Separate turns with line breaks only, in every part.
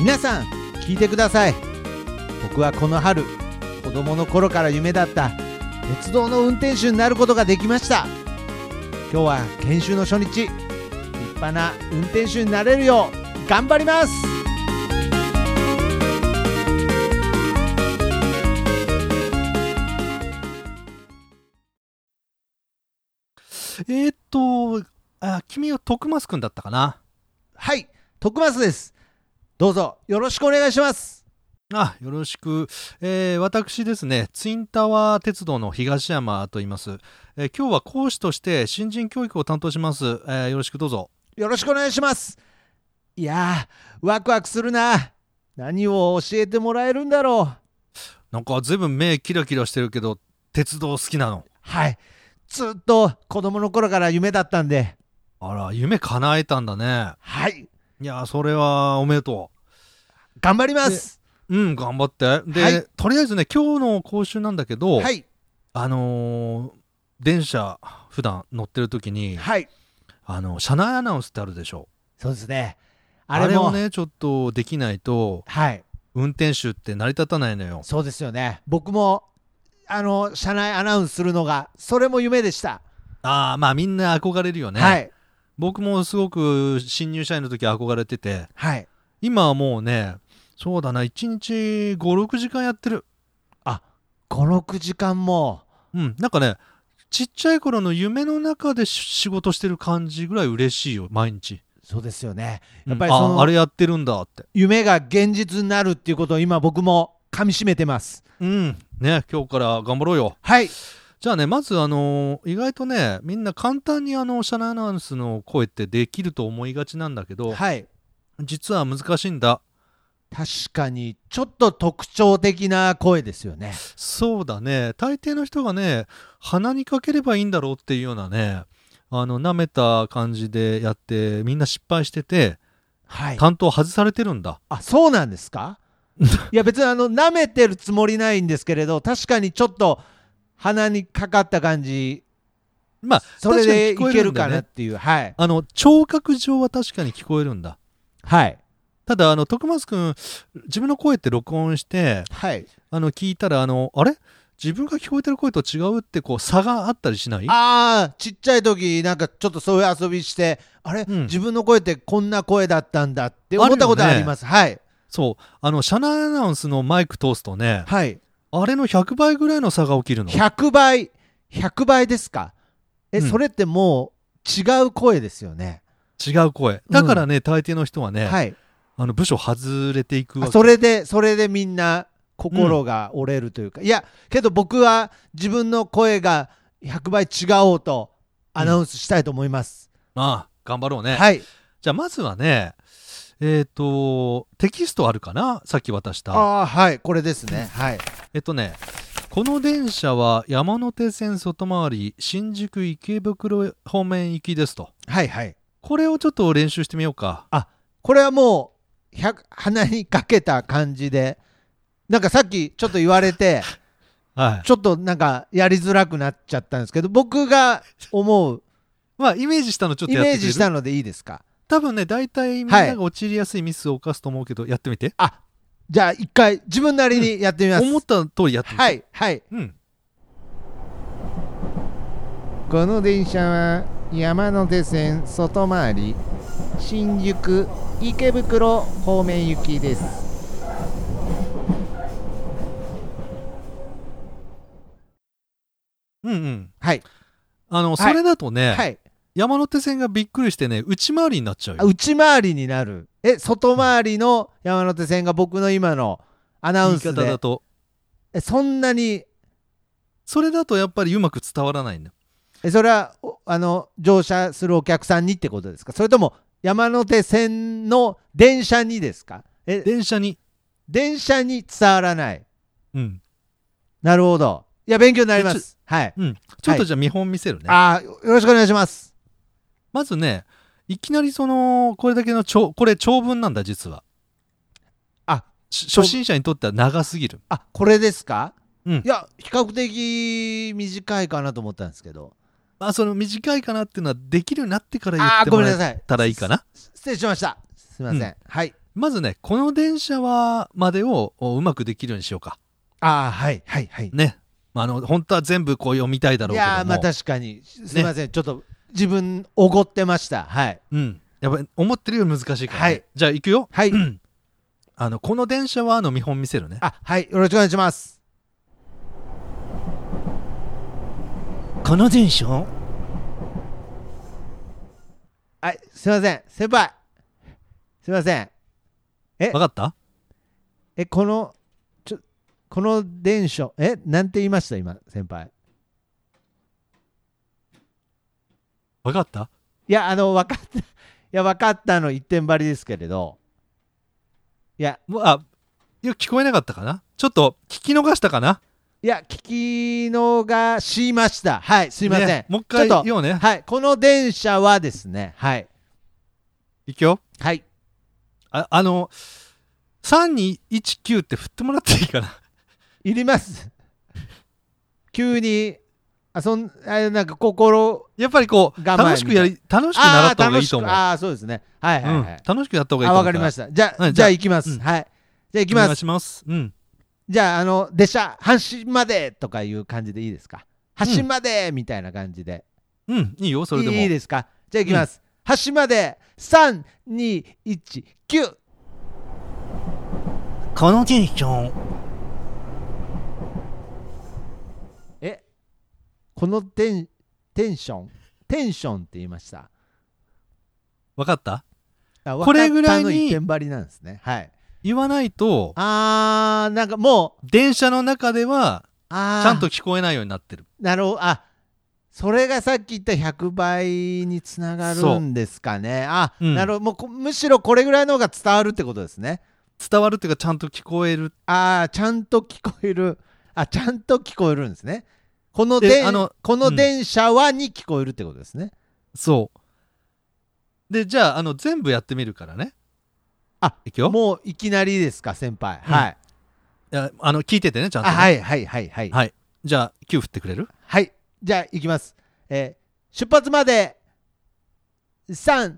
皆さん聞いてください僕はこの春子供の頃から夢だった鉄道の運転手になることができました今日は研修の初日立派な運転手になれるよう頑張ります
えー、っと、あ、君は徳増くんだったかな。
はい徳松ですどうぞよろしくお願いします
あ、よろしく。えー私ですね、ツインタワー鉄道の東山と言います。えー今日は講師として新人教育を担当します。えーよろしくどうぞ。
よろしくお願いしますいやーワクワクするな何を教えてもらえるんだろう
なんか随分目キラキラしてるけど、鉄道好きなの。
はい。ずっと子供の頃から夢だったんで、
あら、夢叶えたんだね。
はい。
いや、それはおめでと
頑張ります。
う。うん、頑張って。で、
はい
とりあえずね、今日の講習なんだけど、
はい。
あのー電車、普段乗ってる時に、
はい。
あの、車内アナウンスってあるでしょ。
そうですね。あ
あ
れ
れ
も
をね、ちょっとできないと、
はい。
運転手って成り立たないのよ。
そうですよね。僕も、あの、車内アナウンスするのが、それも夢でした。
ああ、まあみんな憧れるよね。
はい。
僕もすごく新入社員の時憧れてて、
はい。
今はもうね、そうだな、1日5、6時間やってる。
5、6時間も、
うん、なんかね、ちっちゃい頃の夢の中でし仕事してる感じぐらい嬉しいよ、毎日。
そうですよね。
うん
やっぱりその
ああれやってるんだって。
夢が現実になるっていうことを今僕も噛み締めてます。
うん、ね、今日から頑張ろうよ。
はい。
じゃあね、まず、あのー意外とね、みんな簡単にあの、社内アナウンスの声ってできると思いがちなんだけど、
はい。
実は難しいんだ。
確かに、ちょっと特徴的な声ですよね。
そうだね大抵の人がね鼻にかければいいんだろうっていうようなねあの舐めた感じでやってみんな失敗してて
はい。
担当外されてるんだ、
あそうなんです かいや別にあの舐めてるつもりないんですけれど確かにちょっと鼻にかかった感じ
まあ
それでい
確かに聞こえ
け
る
る
んだ
か
よ
なっ
ね
ていう、はい
あの聴覚上は確かに聞こえるんだ
はい
ただあの徳松君自分の声って録音して
はい
あの聞いたらあのあれ自分が聞こえてる声と違うってこう差があったりしない
ああちっちゃい時なんかちょっとそういう遊びしてあれ、
うん
自分の声ってこんな声だったんだって思ったこと
あ
あ
るよね
ります、はい
そうあの車内アナウンスのマイク通すとね
はい
あれの100倍ぐらいの差が起きるの
100倍100倍ですかえ、
うん
それってもう違う声ですよね
違う声だからね、大抵の人はね、
はい
あの部署外れていくわ
あ
け
それでそれでみんな心が折れるというか、いやけど僕は自分の声が100倍違おうとアナウンスしたいと思います、
ああ頑張ろうね、
はい
じゃあまずはねえっ、とテキストあるかなさっき渡した
ああーはいこれですねはい
えっとねこの電車は山手線外回り新宿池袋方面行きですと
はいはい
これをちょっと練習してみようか
これはもう100鼻にかけた感じでなんかさっきちょっと言われ て
はい
ちょっとなんかやりづらくなっちゃったんですけど僕が思う
まあイメージしたのちょっと
イ
やって
メー
くれ
ジ
る
したのでいいですか
多分ね大体みんなが陥りやすいミスを犯すと思うけど、やってみて
あじゃあ一回自分なりにやってみます、
思った通りやってみて
はいはい
うん
この電車は山手線外回り新宿池袋方面行きです
うんうん
はい
あの、
い
それだとね、
はい
山手線がびっくりしてね内回りになっちゃう
あ
よ
内回りになるえ外回りの山手線が僕の今のアナウン
言い方
ス
だ
で
と
えそんなに
それだとやっぱりうまく伝わらないんだよ
えそれはおあの乗車するお客さんにってことですかそれとも山手線の電車にですかえ
電車に
電車に伝わらない
うん
なるほどいや勉強になりますはい、
うんちょっとじゃあ見本見せるね、
あーよろしくお願いします
まずねいきなりそのこれだけの長これ長文なんだ実は
あ
し初心者にとっては長すぎる
あこれですか、
うん
いや比較的短いかなと思ったんですけど
まあその短いかなっていうのはできるようになってから言っ
あ
て
ーご
も
めんな
らえ
さい
たらいいかな
失礼しましたすいません、
うん
はい
まずね、この電車は、までをおうまくできるようにしようか。
ああはいはいはい
ね。まあ、あの、本当は全部こう読みたいだろ
いう
けども。
やーまあ確かにすいません、ちょっと自分おごってましたはい
うん。やっぱ思ってるより難しいから、ね。
はい
じゃあ行くよ。
はい、
あの、この電車はの見本見せるね。
あはいよろしくお願いします
この電車
はいすいません先輩すいません
わかった
えこのちょこの電車えなんて言いました今先輩
わかった
いやあの分かったいや分かったの一点張りですけれどいや
もうあ、よく聞こえなかったかなちょっと聞き逃したかない
や聞き逃しましたはいすいません、
ねもう一回
ちょっと
言おうね。
はいこの電車はですねはい
行くよ。
はい
ああの、3219って振ってもらっていいかな
いります 急にあそんあなんか心
やっぱりこう、
我慢
楽しくやり、楽しく習
あ
った方がいいと思う。
あー楽しくあーそうですねはいはいはい、
うん、楽しくやった方がいい
あ
と思う。
わかりましたたじゃあ、
はい
じ
じ
ゃ
ゃ
あ
あ
行きます、
うん
はいじゃあ行き
お
ま
願い
す
します。うん。
じゃああの列車阪神までとかいう感じでいいですか阪神までみたいな感じで、
うん、いいよ、それでも。
いいいいですかじゃあ行きます、端まで3219
この電車
えこのテンテンションテンションって言いました
わかった
あ
これぐらい
若干
に
の一点張りなんですねはい
言わないと、
あーなんかもう
電車の中では、ち
あー
ゃんと聞こえないようになってる。
なるほどあそれがさっき言った100倍につながるんですかねあ、
うん
なるほどもうこむしろこれぐらいの方が伝わるってことですね
伝わるっていうか、ちゃんと聞こえる。
ああちゃんと聞こえるあちゃんと聞こえるんですねこの
で
電
あの
この
うん
電車はに聞こえるってことですね、
そう。で、じゃあ、あの、全部やってみるからね。
あ
いくよ。
もういきなりですか先輩、
うん
はい
いやあの、聞いててね、ちゃんと
あ
ね、
はいはいはいはい
はいじゃあ、9振ってくれる
はいじゃあ行きます、えー出発まで3219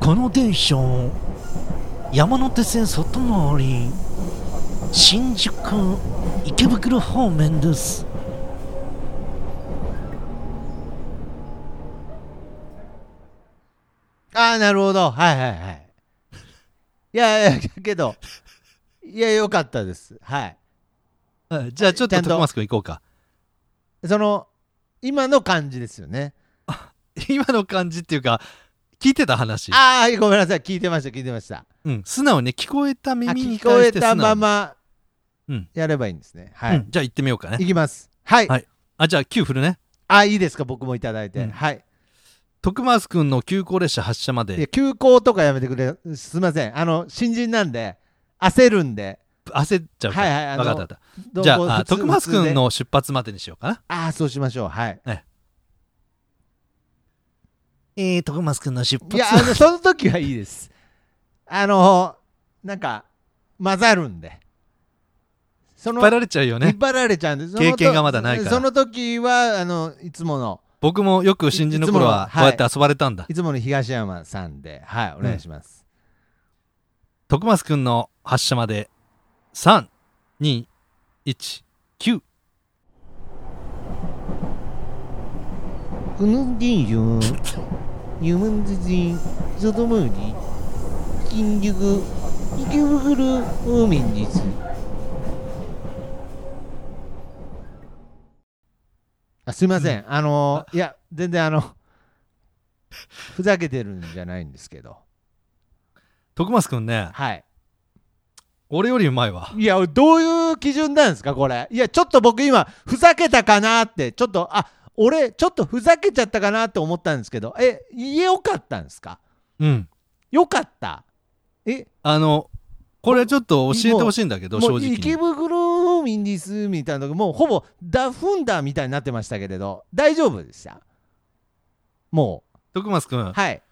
この電車山手線外回り新宿池袋方面です
ああなるほどはいはいはいいやいやけどいやよかったですはい
はいじゃあ、ちょっ
ちゃ
と
んと
徳松君行こうか。
その今の感じですよね
今の感じっていうか、聞いてた話。
ああはいごめんなさい聞いてました聞いてました
うん、素直にね、聞こえた
あ
耳に
聞こ
対
え
して素直
た
に
まま
うん
やればいいんですね、はい、
うんじゃあ行ってみようかね
いきますはい、
はいあじゃあ9振るね
あいいですか僕もいただいて、
うん
はい
徳松君の急行列車発車ま
いや
で
休校とかやめてくれすいませんあの新人なんで焦るんで
焦っちゃうから、
はいはいあの
分かった分かっ
ど
た
う
じゃ
こう
ああ
普通
徳松
普通で
君の出発までにしようかな
ああそうしましょうはい
えー、徳松君の出発
いやあのその時はいいですあのなんか混ざるんでそ
引
の
っ張られちゃうよ
引っ
ね
張られちゃうんです
経験がまだないから
その時はあのいつもの
僕もよく新人の頃はい
つも
こう
は
や
い
って遊ばれたんだ、
いつもの東山さんではいお願いします、
徳松君の発車まで321
この電車は山手線外回り新宿池袋方面です
あすいません、あのいや全然あのふざけてるんじゃないんですけど
徳松君ね
はい
俺よりうまいわ
いやどういう基準なんですかこれいやちょっと僕今ふざけたかなってちょっとあ俺ちょっとふざけちゃったかなって思ったんですけどえ家よかったんですか
うん
よかったえ
あのこれちょっと教えてほしいんだけど
も
正
う
直
池
に
袋ミンディスみたいなのがもうほぼダフンダみたいになってましたけれど大丈夫でしたも
徳松君
うはい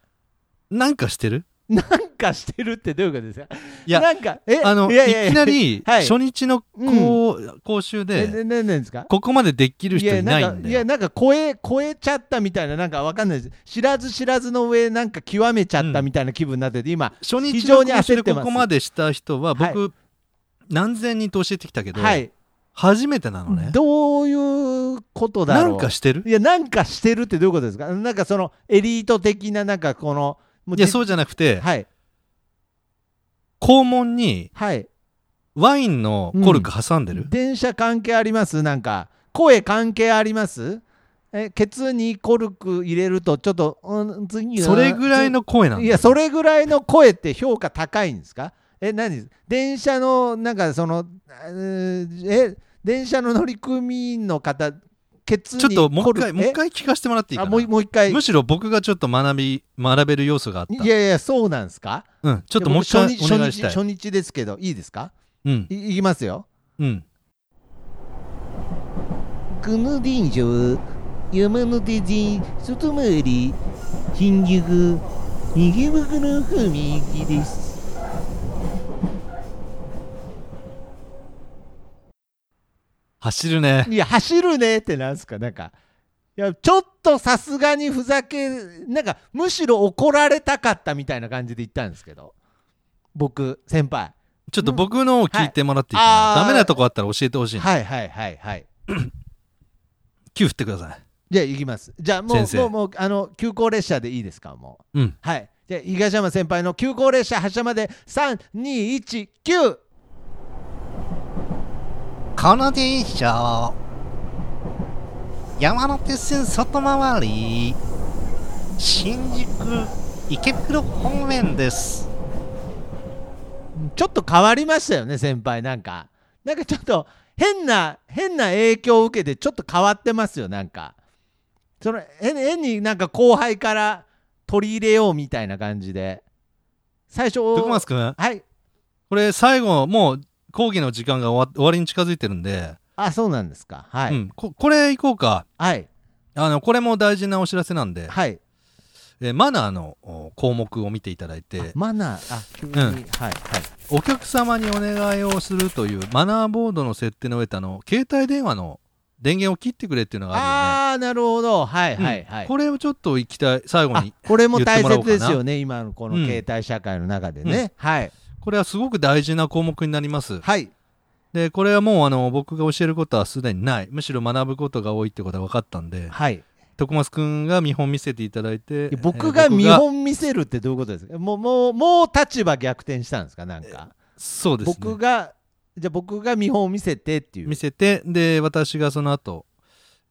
なんかしてる
なんかしてるってどういうことですか
いや
なんか、え
あのい
ややや
きなり
はい
初日の講,、講習
え、
で
ななんですか
ここまでできる人いない
や
ん
か
だ
い
よ
や、なんか超え、超えちゃったみたいな、なんかわかんないです。知らず知らずの上、なんか極めちゃったみたいな気分になってて、今、
初
非
日
常
の
に
講習
焦っ
で
て
こ
ます
こまでした人は僕、
は
何千人と教えてきたけど、
はい。
初めてなのね
どういうことだ
な
ろうん
かしてる
いや、なんかしてるってどういうことですかなんかその、エリート的な、なんかこの、もう
いやそうじゃなくて、
はい。
肛門に
はい。
ワインのコルク挟んでる、
電車関係ありますなんか声関係ありますえケツにコルク入れるとちょっと、うん、次は
それぐらいの声なんだ
いやそれぐらいの声って評価高いんですかえ何電車のなんかそのえーえ電車の乗組員の方ケツに
ちょっともう
コ
一
ルク
回もう一
え
回聞かせてもらっていいか
あ
な
もうもう一回
むしろ僕がちょっと学び学べる要素があった
いやいやそうなんですか
うん、ちょっともう一回お
いや僕初日
願いしたい
初日初日ですけどいいですか
うん
いいきますよ
うん
この電車は山手線外回り新宿右枠の踏切です
走るね
いや走るねってなんすかなんかいやちょっとさすがにふざけなんかむしろ怒られたかったみたいな感じで言ったんですけど僕先輩
ちょっと僕のを聞いてもらっていいか
はい
な、
あー
ダメなとこあったら教えてほしいの
はいはいはいはい
9振ってください
じゃあ行きますじゃあも
先
う
生
もうもうあの急行列車でいいですかもう
うん
はいじゃあ東山先輩の急行列車発車まで3219
この電車山手線外回り新宿池袋方面です
ちょっと変わりましたよね先輩なんかなんかちょっと変な変な影響を受けてちょっと変わってますよなんかその変変になんか後輩から取り入れようみたいな感じで最初
徳松君
はい
これ最後もう講義の時間が終わ終わりに近づいてるんで、
あそうなんですかはい、
うん、ここれいこうか
はい
あのこれも大事なお知らせなんで、
はい
えーマナーのお項目を見ていただいて
マナーあ急に、
うん
はいはい
お客様にお願いをするというマナーボードの設定の上であの携帯電話の電源を切ってくれっていうのがあ
ああーなるほどはい
るよね
はいはい、
うんこれをちょっと行きたい最後
あ
に
これも
言っ
大
てもらお
切
うか
で
な
すよね今のこの
うん
携帯社会の中でね、はい
これはすごく大事な項目になります
はい
でこれはもうあの僕が教えることはすでにないむしろ学ぶことが多いってことが分かったんで
はい
徳松くんが見本見せていただいて
いや僕が
えー
見本見せるってどういうことですかもうもうもう立場逆転したんですかなんか、
そうですね
僕がじゃあ僕が見本を見せてっていう
見せてで私がその後、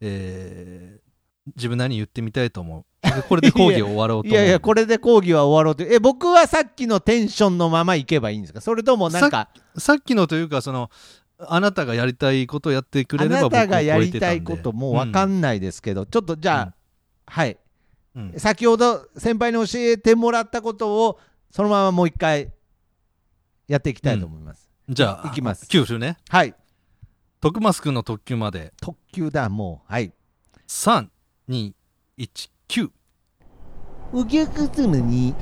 えー自分なりに言ってみたいと思うでこれで講義を終わろうと
い
思う
やいやこれで講義は終わろうというえ僕はさっきのテンションのままいけばいいんですかそれともなんか
さっきのというかそのあなたがやりたいことをやってく
あ
れれば
な
僕は
た
超
がや
え
り
て
た
たんで
いこともう分かんないですけど、ちょっとじゃあ、
うん
はい
うんうん
先ほど先輩に教えてもらったことをそのままもう一回やっていきたいと思います、
じゃあ
いきます
九州ね
はい
徳松くんの特急まで
特急だもうはい
3219
お客様に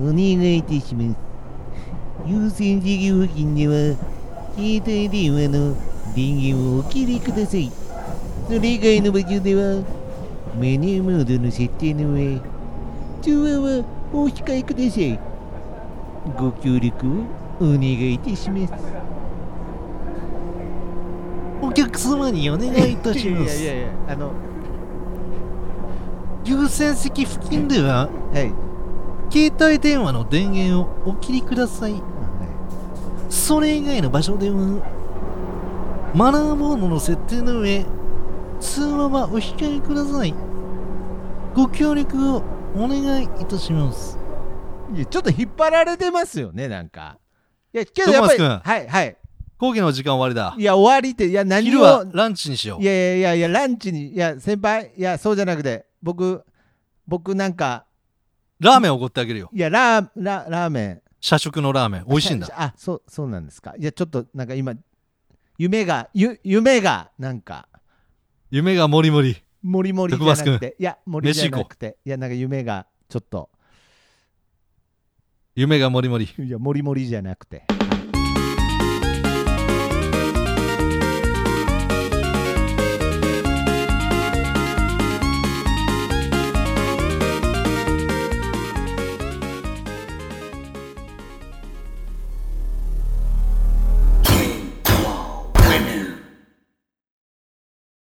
お願いいたします優先事業付近では携帯電話の電源をお切りくださいそれ以外の場所ではメニューモードの設定の上通話はお控えくださいご協力をお願いいたします
お客様にお願いいたします
やいやあの
優先席付近では
はい
携帯電話の電源をお切りくださいそれ以外の場所ではマナーボードの設定の上通話はお控えくださいご協力をお願いいたします
いやちょっと引っ張られてますよねなんかいやけどやっぱり
トーマス
はいはい
講義の時間終わりだ
いや終わりっていや何を
昼はランチにしよ
いやいやいやいやランチにいや先輩いやそうじゃなくて僕僕なんか
うラーメンおごってあげるよ
いやラーララーメン
社食のラーメン美味しいんだ
あそうそうなんですかいやちょっとなんか今夢がゆ夢がなんか
夢がもりもり
もりもりじゃなくていやもりじゃなくていやなんか夢がちょっと
夢がもりもり。
いや、もりもりじゃなくて。